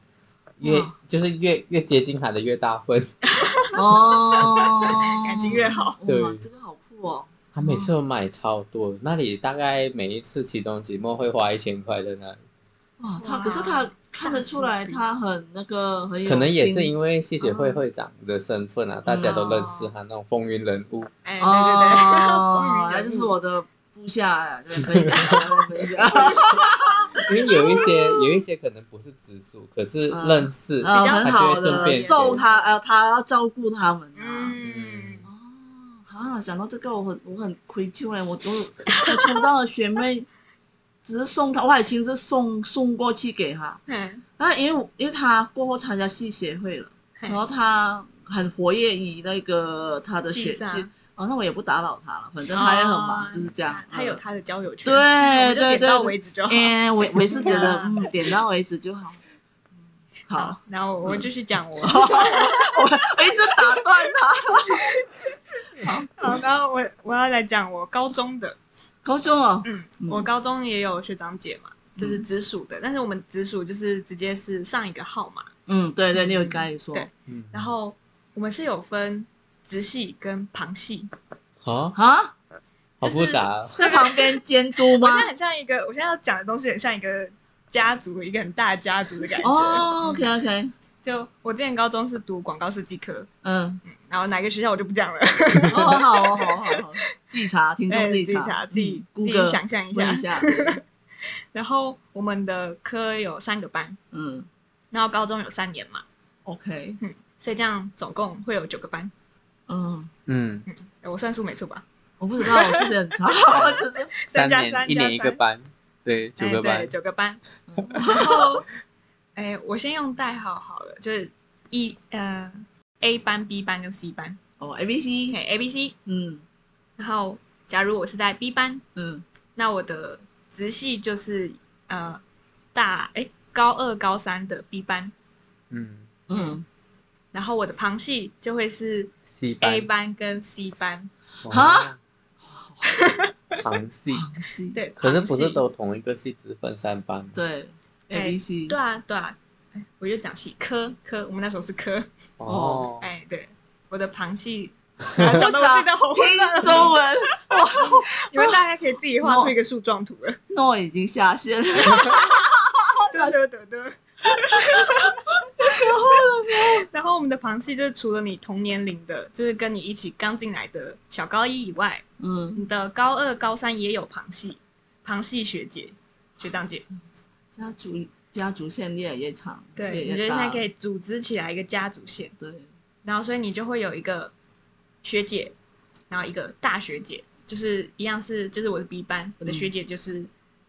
S2: 越
S3: 哇
S2: 就是越越接近他的越大份。
S3: 哦，
S1: 感情越好。
S2: 对
S3: 哇，这个好酷哦。
S2: 他每次都买超
S1: 嗯
S2: 多，那里大概每一次期中、期末会花一千块在那里。
S3: 哇，他
S1: 哇
S3: 可是他看得出来，
S1: 大手笔
S3: 他很那个
S1: 哎
S3: 很有心，
S2: 可能也是因为系学会
S3: 哦
S1: 嗯
S2: 会长的身份啊，大家都认识他那种风云人物。
S1: 哎，对对对，
S3: 哦，
S1: 风云人物
S3: 这是我的部下，对，可
S1: 嗯
S3: 以的，可以的，
S2: 因为有一些有一些可能不是直属，可是
S3: 嗯
S2: 认识，
S3: 呃
S1: 比较
S3: 很
S2: 他
S3: 好
S2: 就会顺
S3: 的
S2: 便
S3: 受他，呃，他要照顾他们啊。
S1: 嗯，
S3: 哦，啊，想到这个，我很我很愧疚哎，我都我抽到了学妹，只是送她，我还亲自送送过去给她。
S1: 嗯
S3: 然后因为我因为她过后参加系协会了，
S1: 嘿
S3: 然后她很活跃于那个她的学
S1: 系
S3: 系
S1: 上，
S3: 哦，那我也不打扰她了，反正她也很忙，
S1: 哦
S3: 就是这样。
S1: 他有
S3: 嗯
S1: 他的交友圈，
S3: 对
S1: 我们就
S3: 对
S1: 点到
S3: 对
S1: 为止就好。
S3: 嗯，我我也是觉 得，
S1: 啊
S3: 嗯，点到为止就好。嗯好，，
S1: 然后我继续讲我。
S3: 我我一直打断他。
S1: 好，然后我我要来讲我高中的，
S3: 高中哦，
S1: 嗯，
S3: 嗯
S1: 我高中也有学长姐嘛，就是直属的，但是我们直属就是直接是上一个号码，
S3: 嗯，对对，你有刚才说
S1: 对
S2: 嗯
S1: 然后我们是有分直系跟旁系，
S2: 啊，
S3: 啊，
S2: 好复杂哦，
S3: 在旁边监 督
S1: 我
S3: 吗
S1: 现？在很像一个，我现在要讲的东西很像一个家族，一个很大家族的感觉。嗯
S3: 哦，OK OK，
S1: 就我之前高中是读广告设计科，
S3: 嗯，
S1: 然后哪个学校我就不讲了，
S3: 哦，好好好好好，自己查，听
S1: 哎
S3: 众
S1: 自己
S3: 查，
S1: 查，自己自
S3: 嗯
S1: 己
S3: Google
S1: 想象一
S3: 问
S1: 下
S3: 一。下，
S1: 然后我们的科有三个班，
S3: 嗯
S1: 然后高中有三年嘛，嗯
S3: ，OK，
S1: 所以这样总共会有九个班。
S3: 嗯，
S2: 嗯，
S1: 哎我算数没错吧？
S3: 我不知道，我数学很差，我只是
S2: 三
S1: 加
S2: 年
S1: 三
S2: 一
S1: 加
S2: 年一个
S1: 三
S2: 班，对，九
S1: 哎
S2: 个班
S1: 对，，九个班。
S3: 嗯
S1: 然后，哎，我先用代号好了，就是一呃 A 班、B 班跟 C 班。
S3: 哦，A B C，
S1: OK，A、B、C。
S3: 嗯
S1: 然后，假如我是在 B 班，
S3: 嗯
S1: 那我的直系就是呃大哎高二、高三的 B 班，
S2: 嗯
S3: 嗯，
S1: 然后我的旁系就会是
S2: ，C
S1: A
S2: 班，
S1: 班跟 C 班。
S2: 哇，旁哦系，
S3: 黄西，
S1: 嗯对，
S2: 可是
S1: 旁
S2: 不是
S1: 系
S2: 都同一个系只分三班吗？
S3: 对
S1: 哎
S3: ，A B C，
S1: 对啊对啊，哎我就讲系科科，我们那时候是科。
S2: 哦，
S1: 哎，对，我的旁 系。啊讲的我自己都好混乱
S3: 听
S1: 了
S3: 中文，哇，
S1: 你们大家可以自己画出一个树状图了。
S3: 诺已经下线了。
S1: 得得得得。 然后我们的旁系就是除了你同年龄的，就是跟你一起刚进来的小高一以外，
S3: 嗯，
S1: 你的高二、高三也有旁系，旁系学姐、学长姐。
S3: 家族家族线越来越长，
S1: 对，
S3: 越
S1: 你
S3: 来
S1: 觉得
S3: 越
S1: 现
S3: 大
S1: 在可以组织起来一个家族线，
S3: 对，
S1: 然后所以你就会有一个学姐，然后一个大学姐，就是一样是就是我的 B 班，我的学姐就是。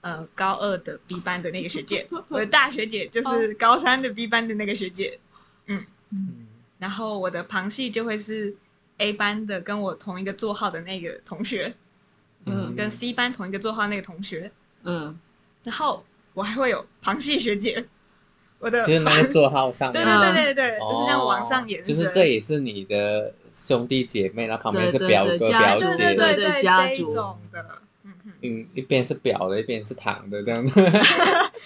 S1: 呃，高二的 B 班的那个学姐，我的大学姐就是高三的 B 班的那个学姐，
S2: 嗯
S1: 然后我的旁系就会是 A 班的跟我同一个座号的那个同学，
S3: 嗯
S1: 跟 C 班同一个座号那个同学，
S3: 嗯，
S1: 然后我还会有旁系学姐，我的
S2: 嗯就是那个座号上
S1: 对
S2: 面
S1: 对
S2: 的
S3: 嗯
S1: 对对对，就是这样
S2: 哦
S1: 往上延
S2: 就
S1: 伸，
S2: 是这也是你的兄弟姐妹，然后旁边
S3: 对
S2: 是
S3: 对
S2: 表
S3: 对
S2: 哥
S3: 家
S2: 表
S3: 族
S1: 对
S2: 姐，
S1: 对对
S3: 对
S1: 对
S3: 家
S1: 这一
S3: 族
S1: 种的，嗯嗯，
S2: 嗯，一边是表的，一边是堂的这样 子。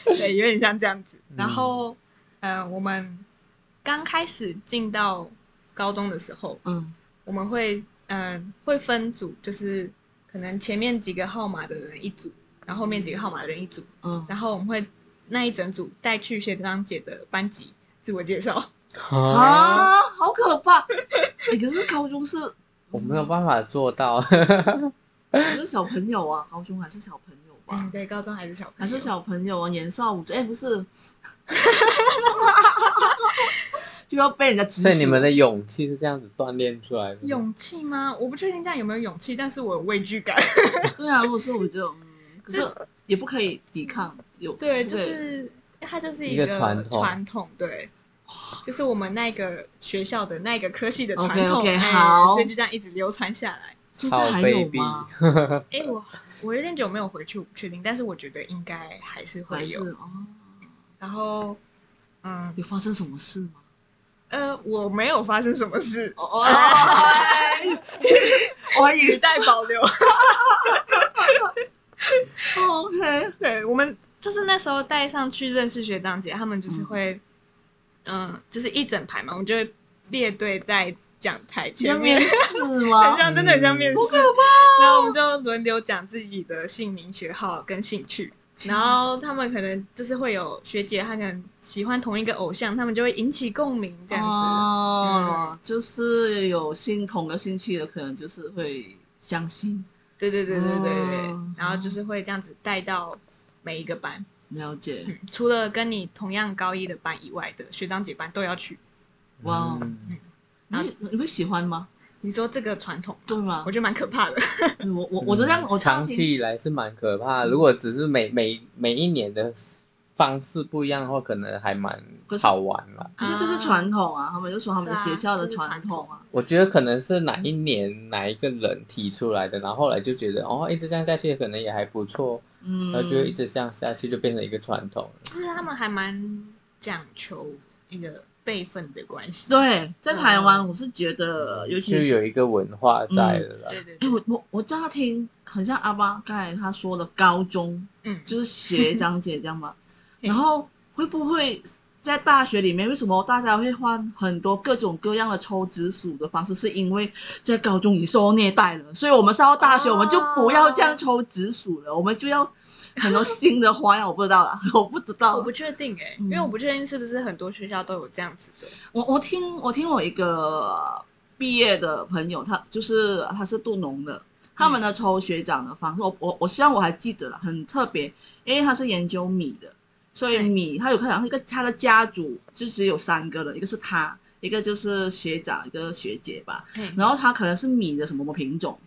S1: 对，有点像这样子。
S2: 嗯
S1: 然后，呃，我们刚开始进到高中的时候，
S3: 嗯
S1: 我们会嗯、呃会分组，就是可能前面几个号码的人一组，然后后面几个号码的人一组，
S3: 嗯，
S1: 然后我们会那一整组带去学长姐的班级自我介绍。
S2: 啊，
S3: 啊，好可怕！ 哎，可是高中是
S2: 我没有办法做到。
S3: 可是小朋友啊，高中还是小朋友吧
S1: 嗯，，对，高中还是小
S3: 还
S1: 朋友，
S3: 是小朋友啊，年少无知。哎，不 是，就要被人家指
S2: 所以你
S3: 使
S2: 们的勇气是这样子锻炼出来的。，
S1: 勇气吗？我不确定这样有没有勇气，但是我有畏惧感。
S3: 对啊，如果说我就，嗯，可是也不可以抵抗，有
S1: 对，
S3: 不
S1: 就
S3: 可以
S1: 是它就是
S2: 一
S1: 一
S2: 个
S1: 个
S2: 传统
S1: 传统，对，就是我们那个学校的那个科系的传统
S3: OK，OK，
S1: 哎
S3: 好
S1: 所以就这样一直流传下来。
S3: 现
S2: 好
S3: 在还有
S2: baby，
S3: 吗？
S1: 哎、我我有点久没有回去，我不确定，但是我觉得应该还是
S3: 还
S1: 会
S3: 是
S1: 有。
S3: 哦，
S1: 然后，嗯，
S3: 有发生什么事吗？
S1: 呃，我没有发生什么事，
S3: 哦哦，哎 我还以
S1: 语
S3: 为
S1: 带保留。
S3: 哦 OK，
S1: 对我们就是那时候带上去认识学长姐，他们就是会，嗯、就是一整排嘛，我们就会列队在讲台
S3: 要
S1: 前面
S3: 面，试
S1: 很
S3: 吗？
S1: 像，真的很像面试。
S3: 怕哦
S1: 然后我们就轮流讲自己的姓名、学号跟兴 趣。然后他们可能就是会有学姐，她可能喜欢同一个偶像，他们就会引起共鸣这样子。
S3: 哦，就是有心同的兴趣的，可能就是会相信
S1: 对对对对对对。
S3: 哦
S1: 然后就是会这样子带到每一个班，
S3: 了解。
S1: 嗯，除了跟你同样高一的班以外的学长姐班都要去。
S3: 哇哦
S2: 嗯
S1: 然后
S3: 你你会喜欢吗？
S1: 你说这个传统，
S3: 对啊吗
S1: 我？觉得蛮可怕的。
S3: 嗯我我我这样我
S2: 嗯长
S3: 听
S2: 期以来是蛮可怕
S3: 嗯
S2: 的。如果只是每每每一年的方式不一样的话，可能还蛮
S3: 可是
S2: 好玩啦。
S3: 可是这是传统啊，他们就说他们的学校的传统啊。
S2: 我觉得可能是哪一年哪一个人提出来的，然后后来就觉得哦，一直这样下去可能也还不错，
S3: 嗯，
S2: 呃然后就一直这样下去就变成一个传统了。
S1: 就是他们还蛮讲求那个辈分的关系。
S3: 对，在台湾我是觉得，呃尤其
S2: 就是有一个文化在了啦。
S1: 对对
S3: 哎，
S1: 对，
S3: 我我我乍听很像阿巴刚才他说的高中，
S1: 嗯，
S3: 就是学长姐这样嘛。
S1: 嗯
S3: 然后会不会在大学里面，为什么大家会换很多各种各样的抽直属的方式？是因为在高中已受虐待了，所以我们上到大学，
S1: 哦
S3: 我们就不要这样抽直属了，我们就要很多新的花样。我不知道啦， 我不知道
S1: 我。不确定哎、
S3: 嗯
S1: 因为我不确定是不是很多学校都有这样子的。
S3: 我我听我听我一个毕业的朋友，他就是他是杜农的，他
S1: 嗯
S3: 们的抽学长的方式，我我我虽然我还记得了，很特别，因为他是研究米的，所以
S1: 对
S3: 米他有看到一个他的家族就只有三个人，一个是他，一个就是学长，一个学姐吧，
S1: 嗯
S3: 然后他可能是米的什么什么品种，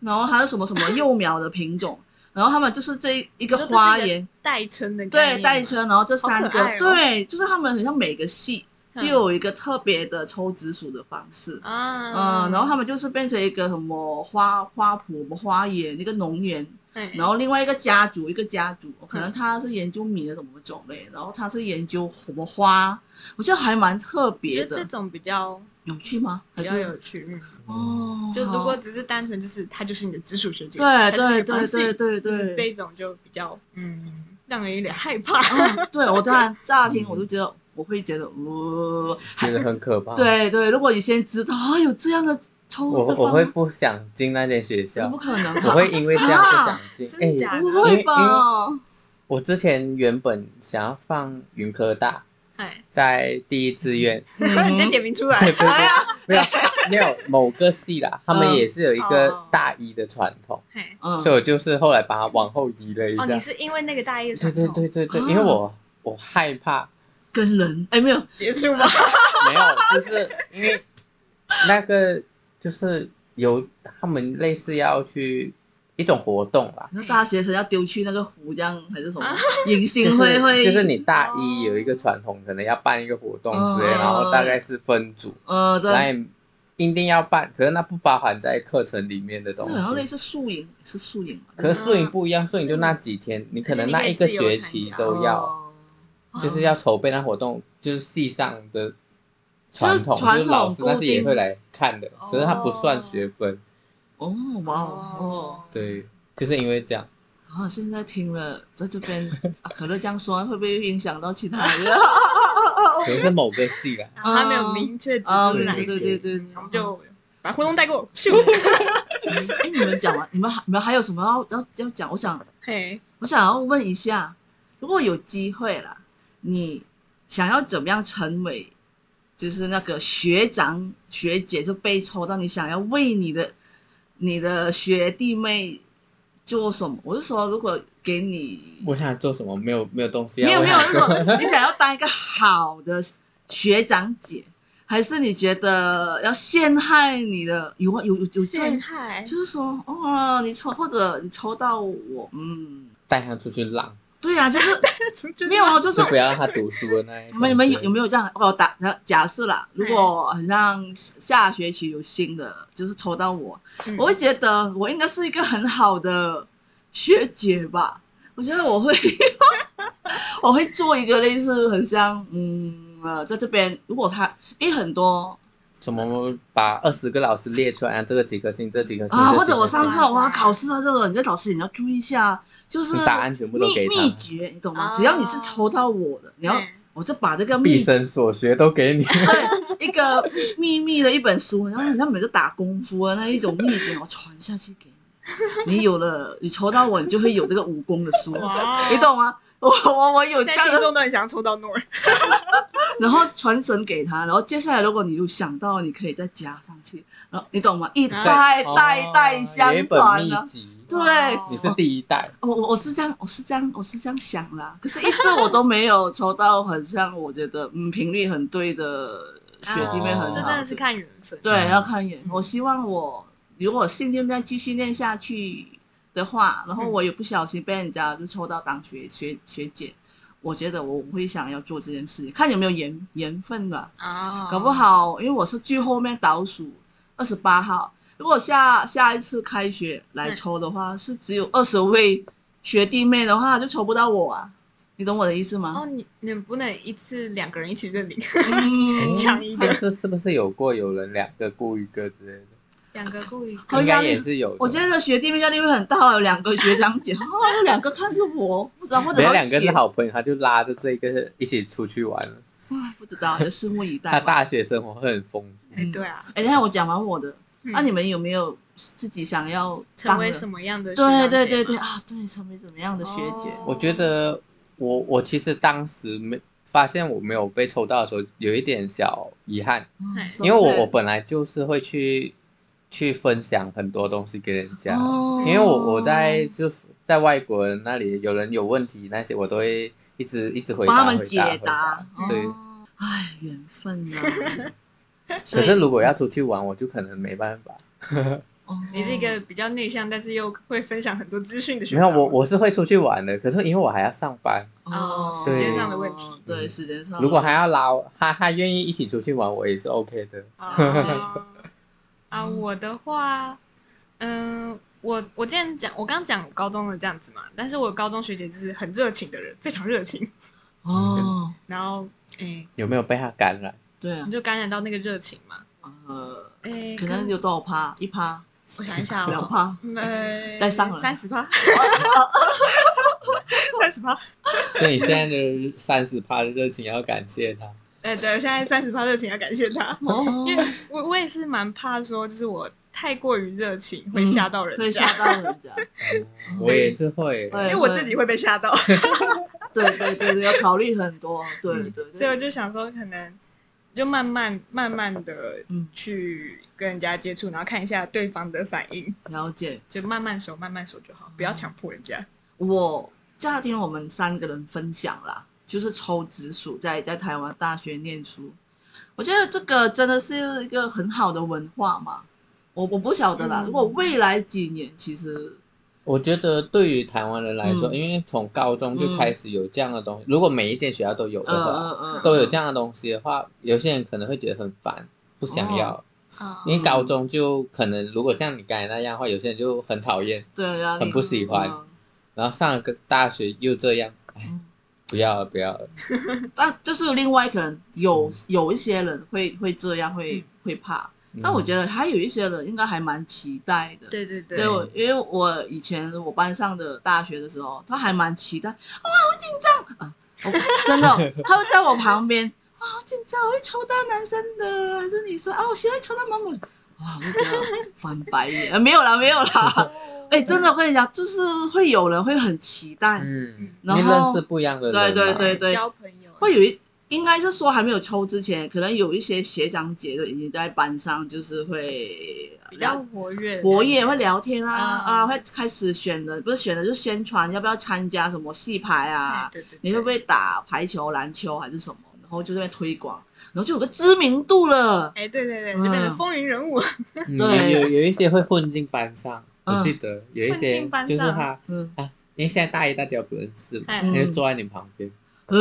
S3: 然后还有什么什么幼苗的品种，然后他们就是这一
S1: 你说
S3: 个
S1: 这是一个
S3: 花园。
S1: 代称的概念
S3: 对，
S1: 吗
S3: 代车，然后这三个，
S1: 好可爱哦
S3: 对，就是他们很像每个系
S1: 嗯
S3: 就有一个特别的抽紫薯的方式，嗯、
S1: 啊，
S3: 然后他们就是变成一个什么花花圃、花园、一个农园，
S1: 嗯，
S3: 然后另外一个家族一个家族，可能他是研究米的什么种类，然后他是研究什么花，我觉得还蛮特
S1: 我觉
S3: 别
S1: 得这
S3: 的，
S1: 种比较
S3: 有趣吗？
S1: 比
S3: 还
S1: 较
S3: 是
S1: 有趣，嗯，
S3: 哦，
S1: 就如
S3: 好
S1: 果只是单纯就是他就是你的直属学姐，
S3: 对
S1: 她就是
S3: 对
S1: 你的
S3: 对
S1: 班
S3: 对
S1: 系
S3: 对
S1: 就是
S3: 对
S1: 这种就比较嗯，让人有点害怕。
S3: 嗯，对我当然乍听我就觉得我会觉得，
S2: 嗯
S3: 呃，
S2: 觉得很可怕。，
S3: 对对，如果你先知道啊有这样的抽
S2: 我
S3: 的
S2: 我会
S3: 方，
S2: 不想进那间学
S3: 这
S2: 校
S3: 不，可啊能
S2: 我
S3: 吧？
S2: 会因为这样不想进。
S1: 真的假的？
S2: 哎
S3: 不会吧？
S2: 我之前原本想要放云科大，
S1: 哎，
S2: 在第一志愿，
S3: 嗯
S1: 你先点名出 来，
S3: 哎呀，
S2: 没有没有某个系啦，他们也是有一
S1: 哦
S2: 个大一的传统，
S1: 哎，
S3: 嗯
S2: 所以我就是后来把它往后移了一
S1: 哦，你
S2: 下。
S1: 是因为那个大一的
S2: 对
S1: 传
S2: 对
S1: 统
S2: 对对对，
S3: 啊
S2: 因为我我害怕，
S3: 跟人哎没有，
S1: 结束 吗？
S2: 没有，就是因为那个就是有他们类似要去一种活动啦，
S3: 你说大学生要丢去那个湖这样还是什么
S1: 啊？
S3: 迎
S2: 就
S3: 新会
S2: 是
S3: 会哦
S2: 就是你大一有一个传统，可能要办一个活动之类，
S3: 嗯
S2: 然后大概是分组，
S3: 呃
S2: 那
S3: 对，
S2: 也一定要办，可是那不包含在课程里面的东
S3: 那好像类
S2: 西。
S3: 似宿营是宿营吧，
S2: 可是宿营不一样，宿营就那几天，你可能那一个学期都要，
S3: 哦
S2: 就是要筹备那活动，就是系上的
S3: 就是
S2: 传统，就
S3: 传
S2: 是
S3: 统
S2: 老师那
S3: 固
S2: 些
S3: 定
S2: 也会来看的
S1: 哦，
S2: 只是它不算学分。
S3: 哦哇哦哦。
S2: 对，就是因为这样，
S3: 啊，现在听了，在这边、啊可乐这样说，会不会影响到其他人？ 哦
S2: 可能是某个系啦。
S1: 然后他没有明确指
S3: 啊，
S1: 出
S3: 对
S1: 是哪
S3: 对
S1: 一
S3: 对
S1: 些，
S3: 对对，
S1: 我们就把活动带过，咻，
S3: 哎，你们讲完，你们还你们还有什么要要要讲？我想
S1: 嘿，
S3: 我想要问一下，如果有机会啦，你想要怎么样成为，就是那个学长学姐就被抽到，你想要为你的你的学弟妹做什么？我是说，如果给你
S2: 我想做什么？没有没有东西啊。
S3: 没有
S2: 我
S3: 没有
S2: 想，
S3: 如果 你想要当一个好的学长姐，还是你觉得要陷害你的有啊有有有这
S1: 陷害，
S3: 就是说，哦，你抽或者你抽到我，嗯，
S2: 带他出去浪，
S3: 对啊，就是
S1: 出去
S3: 没有啊，就是
S2: 就不要让他读书的那一
S3: 你
S2: 种。
S3: 们你们有
S2: 对
S3: 有没有这样？哦，打假设啦，如果很像下学期有新的，就是抽到我，
S1: 嗯
S3: 我会觉得我应该是一个很好的学姐吧。我觉得我会， 我会做一个类似很像，嗯呃，在这边如果他，因为很多
S2: 怎么把二十个老师列出来？啊这个几颗星，这几颗星
S3: 啊，
S2: 这几颗星
S3: 或者我上课
S1: 哇塞
S3: 我要考试啊这种，你就老师你要注意一下，就是
S2: 你答案全部都
S3: 秘
S2: 给他
S3: 秘诀，你懂吗？
S1: 哦
S3: 只要你是抽到我的，你要
S1: 嗯
S3: 我就把这个秘
S2: 毕
S3: 诀
S2: 生所学都给你。
S3: 对，一个秘密的一本书，然后人家每次打功夫的那一种秘诀，我传下去给你，你有了，你抽到我，你就会有这个武功的书，
S1: 哇
S3: 你懂吗？ 我我我有这
S1: 现
S3: 样
S1: 在听
S3: 的，
S1: 众都很想抽到诺儿，
S3: 然后传承给他，然后接下来如果你有想到，你可以再加上去，然后你懂吗？一代代代相
S2: 哦有一
S3: 传
S2: 本
S3: 啊
S2: 秘。籍，
S3: 对
S1: 哦，
S2: 你是第一 代，
S3: 我我我是这样，我是这样，我是这样想啦。可是一直我都没有抽到，很像我觉得嗯频率很对的学弟妹很好
S1: 这
S2: 哦
S1: 真的是看缘分。
S3: 对，
S2: 嗯
S3: 要看缘。
S1: 嗯
S3: 我希望我如果信念再继续练下去的话，然后
S1: 嗯
S3: 我也不小心被人家就抽到当学学学姐，我觉得我会想要做这件事情，看有没有缘缘分吧。
S1: 啊，
S3: 搞不好因为我是最后面倒数二十八号，如果下下一次开学来
S1: 嗯
S3: 抽的话，是只有二十位学弟妹的话，就抽不到我啊。你懂我的意思吗
S1: 哦，？ 你你不能一次两个人一起认领，
S3: 嗯，
S1: 抢一
S2: 是
S1: 个，
S2: 是是不是有过有人两个雇一个之类的？
S1: 两个故意。
S3: 好
S2: 应
S3: 压
S2: 该
S3: 力
S2: 也是有的。
S3: 我觉得学弟妹压力会很大，有两个学长姐，哦， 有两个看着我，不知道或者
S2: 人家
S3: 要
S2: 两个是
S3: 写，
S2: 好朋友，他就拉着这个一起出去玩了。
S3: 唉不知道，就拭目以
S2: 他
S3: 待吧。
S2: 大学生活会很丰富。
S1: 哎，对啊，
S3: 哎，等一下我讲完我的，那、
S1: 嗯
S3: 啊你们有没有自己想要
S1: 成为什
S3: 么？
S1: 么样的学
S3: 对
S1: 长姐
S3: 对
S1: 吗？
S3: 对对啊，对，成为怎么样的学姐？
S1: 哦
S2: 我觉得我我其实当时没发现我没有被抽到的时候，有一点小遗憾，
S1: 哎
S3: 嗯
S2: 因为我我
S3: so sad
S2: 本来就是会去去分享很多东西给人家，
S3: 哦
S2: 因为我我在就是在外国人那里有人有问题那些，我都会一直一直回答
S3: 帮他们
S2: 回
S3: 解
S2: 答回
S3: 答，
S2: 答对。
S3: 哦唉，缘分啊呐、
S2: 可
S3: 所以
S2: 是如果要出去玩，我就可能没办法。
S3: 哦
S1: 你是一个比较内向，但是又会分享很多资讯的学
S2: 没
S1: 长
S2: 有，
S1: 吗。
S2: 我我是会出去玩的，可是因为我还要上班，
S3: 哦，
S1: 时
S2: 间上
S1: 的问题
S3: 对
S2: 嗯
S3: 时间上的问题，
S2: 如果还要拉他他愿意一起出去玩，我也是 OK 的。
S1: 啊啊，我的话，嗯，我我之前讲，我刚讲我高中的这样子嘛，但是我高中学姐就是很热情的人，非常热情，
S3: 哦，
S1: 然后诶，
S2: 有没有被他感染？
S3: 对啊
S1: 你，就感染到那个热情嘛，
S3: 呃，
S1: 诶，
S3: 可能有多少趴？一趴、
S1: 我想一下
S3: 两
S1: 哦，
S3: 趴，
S1: 呃，
S3: 再上了哦
S1: 三十趴，三十趴，
S2: 所以你现在 的三十趴的热情要感谢他。
S1: 哎，对，现在三十趴热情要感谢他，
S3: 哦，
S1: 因为我我也是蛮怕说，就是我太过于热情会吓到人
S3: 嗯会
S1: 家
S3: 吓，到人家。
S2: 嗯我也是会，
S1: 因为
S3: 对
S1: 我自己会被吓到，
S3: 嗯对对对对，要考虑很多。对对
S1: 嗯所以我
S3: 对，
S1: 就想说，可能就慢慢慢慢的
S3: 嗯
S1: 去跟人家接触，然后看一下对方的反应，
S3: 了解。
S1: 就慢慢熟，慢慢熟就好，不要强迫人家。
S3: 我家庭我们三个人分享啦，就是抽直属在在台湾大学念书，我觉得这个真的是一个很好的文化嘛。我我不晓得啦，
S1: 嗯
S3: 如果未来几年其实
S2: 我觉得对于台湾人来说，
S3: 嗯
S2: 因为从高中就开始有这样的东西，如果每一间学校都有
S3: 呃
S2: 的话，
S3: 呃呃
S2: 都有这样的东西的话，有些人可能会觉得很烦，不想要。
S3: 哦嗯
S1: 啊
S2: 因为高中就可能，如果像你刚才那样的话，有些人就很讨厌，
S3: 对啊，
S2: 很不喜欢
S3: 嗯
S2: 然后上了个大学又这样，哎，不要了，不要了。
S3: 但就是另外可能有有一些人会会这样，会会怕。
S2: 嗯
S3: 但我觉得还有一些人应该还蛮期待的。
S1: 对对对
S3: 对，我因为我以前我班上的大学的时候，他还蛮期待，哇，好紧张啊！我真的哦、他会在我旁边，哇，好紧张，我会抽到男生的还是女生啊？我现在抽到某某，哇，我就觉得翻白眼，啊没有啦，没有 啦，
S1: 嗯
S3: 哎，真的，我跟你讲，就是会有人会很期待，
S2: 嗯，
S3: 然
S2: 嗯，
S3: 后
S2: 你认识不一样的人嘛，
S3: 对对对对，
S1: 交朋友
S3: 会有一，应该是说还没有抽之前，可能有一些学长姐都已经在班上，就是会
S1: 比较活跃，
S3: 我也会聊天啊
S1: 啊
S3: 啊，会开始选的，不是选的就宣传要不要参加什么戏牌
S1: 哎
S3: 啊，
S1: 对对，对
S3: 你会不？会打排球、篮球还是什么，然后就在那边推广，然后就有个知名度了。
S1: 哎，对对对，
S3: 嗯
S1: 就变成风云人物，
S2: 嗯，
S3: 对
S2: 有有有一些会混进班上，
S3: 嗯
S2: 我记得有一
S1: 混
S2: 些
S1: 进班
S2: 就是
S1: 上
S2: 他
S3: 嗯，
S2: 啊，因为现在大一大家不认识嘛，
S1: 哎
S2: 他就坐在你旁边。
S3: 呃，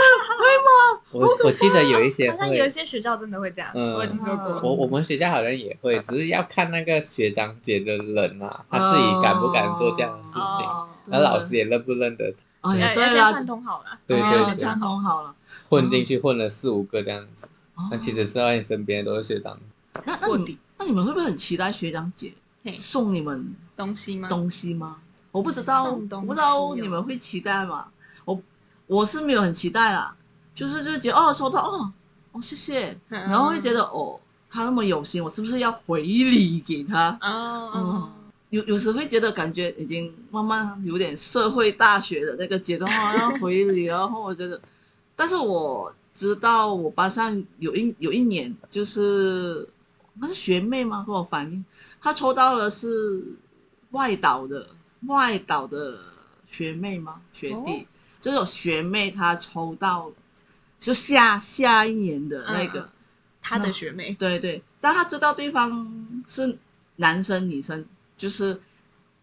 S3: 哦
S2: 我我记得有一些
S1: 好像有一
S2: 会，
S1: 些学校真的会这样，
S2: 嗯
S1: 我有听说过。
S2: 我我们学校好像也
S3: 嗯
S2: 会，只是要看那个学长姐的人啊，他自己敢不敢做这样的事情，
S3: 哦
S2: 然后老师也认不认得他，
S3: 哎呀，
S1: 要
S3: 对
S1: 要先
S3: 啦，
S1: 串通好了，
S2: 对对
S3: 哦嗯
S2: 对
S3: 串通好了。
S2: 混进去混了四五个这样子，
S3: 哦
S2: 那其实是在你身边都是学长。
S3: 那那
S1: 卧
S3: 你
S1: 底哎
S3: 们那你们会不会很期待学长姐
S1: 嘿
S3: 送你们
S1: 东西吗？
S3: 东西吗？我不知道，我
S1: 送东西哦
S3: 不知道你们会期待吗？我我是没有很期待啦，就是就觉得哦收到哦哦谢谢，
S1: 嗯
S3: 然后会觉得哦他那么有心，我是不是要回礼给他？
S1: 哦，哦
S3: 嗯，有有时会觉得感觉已经慢慢有点社会大学的那个阶段，哦要回礼，然后我觉得，但是我知道我班上有一有一年就是那是学妹吗？跟我反映，她抽到的是外岛的外岛的学妹吗？学弟，就是有学妹她抽到就下下一年的那个。
S1: 嗯他的学妹，
S3: 对对，但他知道对方是男生女生，就是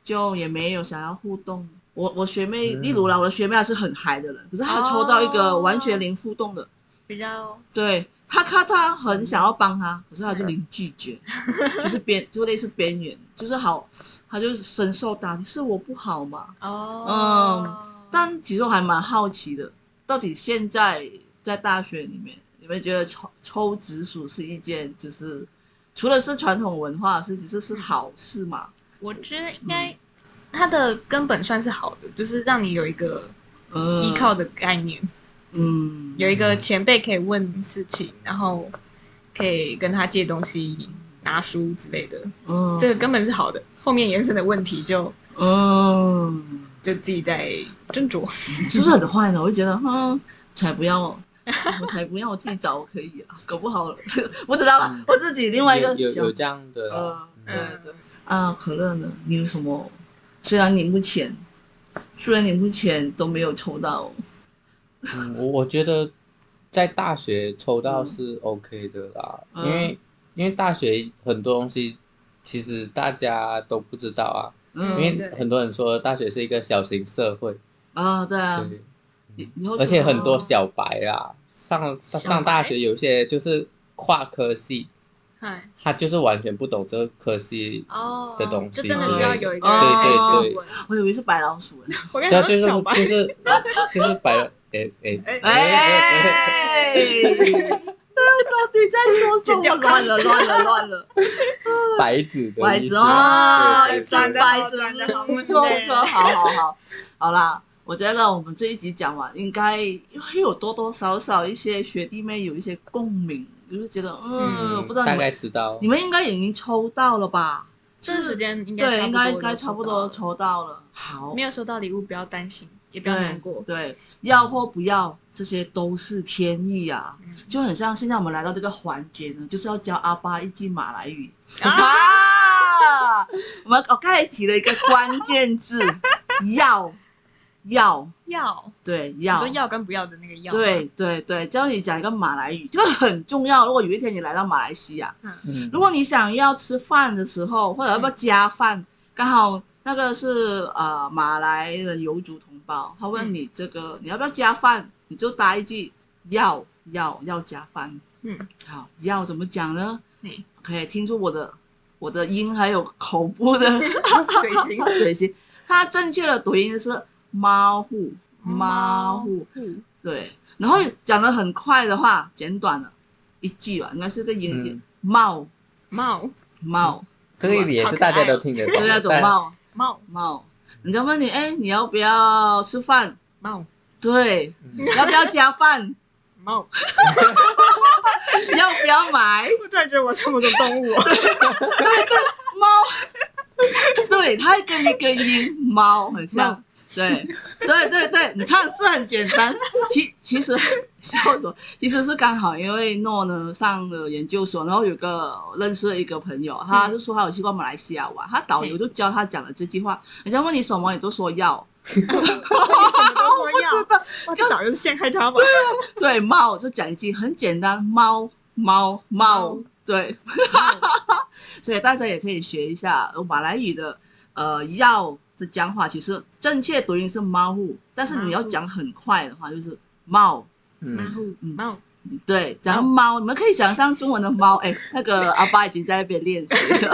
S3: 就也没有想要互动。我我学妹，
S2: 嗯
S3: 例如啦，我的学妹啊还是很嗨的人，可是她
S1: 哦
S3: 抽到一个完全零互动的，
S1: 比较
S3: 对她看她很想要帮她，可是她就零拒绝，就是边就类似边缘，就是好，她就深受打击，是我不好嘛？
S1: 哦，
S3: 嗯但其实我还蛮好奇的，到底现在在大学里面，你们觉得抽抽直属是一件就是除了是传统文化的事，其实是好事嘛？
S1: 我觉得应
S3: 嗯
S1: 该它的根本算是好的，就是让你有一个
S3: 呃，
S1: 依靠的概念，
S3: 嗯，
S1: 有一个前辈可以问事情，然后可以跟他借东西、拿书之类的，
S3: 嗯
S1: 这个根本是好的。后面延伸的问题就
S3: 嗯，
S1: 就自己在斟酌。
S3: 是不是很坏呢？我就觉得，嗯，才不要哦。我才不要，我自己找我可以啊，搞不好 我知道了
S2: 嗯，
S3: 我自己另外一个
S2: 有有有
S3: 想
S2: 这样的啦，
S3: 呃
S2: 嗯
S3: 对对啊，可乐呢？你有什么？虽然你目前，虽然你目前都没有抽到，
S2: 嗯，我我觉得在大学抽到是 OK 的啦，
S3: 嗯
S2: 因为因为大学很多东西其实大家都不知道啊，因
S3: 嗯，
S2: 为
S1: 对
S2: 很多人说大学是一个小型社会，
S3: 啊，对啊，
S2: 对，
S3: 以以后
S2: 而且很多
S3: 就
S2: 小白啦，上
S1: 小白
S2: 上大学有些就是跨科系，
S1: 嗨，
S2: 他就是完全不懂这个科系，
S1: 哦
S2: 的东西
S1: 就真的需要有一个
S3: 对
S2: 对对
S1: 对，
S3: 我以为是白老鼠 呢。
S1: 我跟你
S2: 对啊，就
S1: 说，
S2: 是
S1: 小白，
S2: 就是就是白，哎哎
S1: 哎
S3: 哎，到底在说什
S1: 剪掉
S3: 么？乱了，乱了，乱了！
S2: 白纸的
S3: 白
S2: 意
S3: 纸
S2: 思啊
S3: 哦，
S2: 对对对
S3: 新白纸，
S1: 转得好
S3: 不错
S1: 对
S3: 不错，好好好，好啦。我觉得我们这一集讲完，应该会有多多少少一些学弟妹有一些共鸣，就是觉得，嗯，
S2: 嗯
S3: 不知道你
S2: 大概
S3: 们
S2: 知道
S3: 你。们应该已经抽到了吧？
S1: 这个时间应该
S3: 对，应该应该
S1: 差
S3: 差
S1: 不
S3: 不
S1: 多
S3: 多
S1: 了
S3: 抽到了。好
S1: 没，有收到礼物不要担心，也不
S3: 对
S1: 要难过。
S3: 对，要或不要，这些都是天意啊。
S1: 嗯
S3: 就很像现在我们来到这个环节呢，就是要教阿巴一句马来语
S1: 啊，
S3: 啊。我们我刚才提了一个关键字，要要
S1: 要
S3: 对
S1: 你
S3: 要
S1: 说要跟不要的那个要，，
S3: 对对对，教你讲一个马来语，这个很重要。如果有一天你来到马来西亚，
S2: 嗯
S3: 如果你想要吃饭的时候，或者要
S1: 嗯
S3: 不要加饭，刚好那个是呃马来的游族同胞，他
S1: 嗯
S3: 问你这个、你要不要加饭，你就答一句要要要加饭。
S1: 嗯，
S3: 好，要怎么讲呢
S1: 你
S3: ？OK，听出我的我的音还有口部的
S1: 嘴型，
S3: 嘴型，它正确的读音是猫户猫户。
S1: 嗯
S3: 对，然后讲的很快的话，简短了一句吧，应该是个英语
S2: 嗯，
S3: 帽
S1: 帽
S3: 帽，
S2: 这个也是大家都听得懂，
S3: 大家啊懂
S2: 但
S3: 帽
S1: 帽
S3: 帽。人家问你，哎，你要不要吃饭？
S1: 帽
S3: 对，
S2: 嗯
S3: 要不要加饭？
S1: 帽，
S3: 要不要买
S1: 我突然觉得我像某种动 物哦，
S3: 猫？对，它跟一个音猫很像
S1: 猫。
S3: 对，对对对，你看是很简单。其其实笑什么？其实是刚好因为诺呢上了研究所，然后有个认识了一个朋友，他就说他有去过马来西亚玩，他导游就教他讲了这句话，人家问你什么你都说要，
S1: 你什么都说要，
S3: 道
S1: 哇，这导游是陷害他吧？
S3: 对猫就讲一句很简单，猫猫猫
S1: 猫，
S3: 啊对，所以大家也可以学一下呃马来语的呃要的讲法，其实正确读音是猫户，但是你要讲很快的话，就是猫。
S1: 然
S2: 嗯，
S1: 后猫
S3: 对，讲到猫，你们可以想象中文的猫。哎，那个阿爸已经在那边练习了。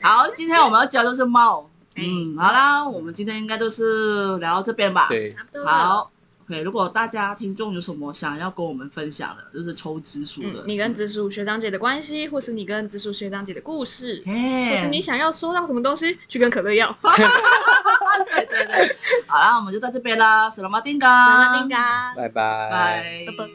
S3: 好，今天我们要教的是猫。嗯，好啦，我们今天应该就是聊到这边吧。
S2: 对，
S1: 差不多了。
S3: 好，OK。如果大家听众有什么想要跟我们分享的，就是抽支书
S1: 嗯
S3: 的，，
S1: 你跟直属学长姐的关系，或是你跟直属学长姐的故事，
S3: 哎，
S1: 或是你想要收到什么东西，去跟可乐要。
S3: 啊对对 lah. 对，好啦，我们就到这边啦，斯拉马丁嘎，
S1: 马丁，嘎，
S2: 拜拜，
S3: 拜
S1: 拜拜。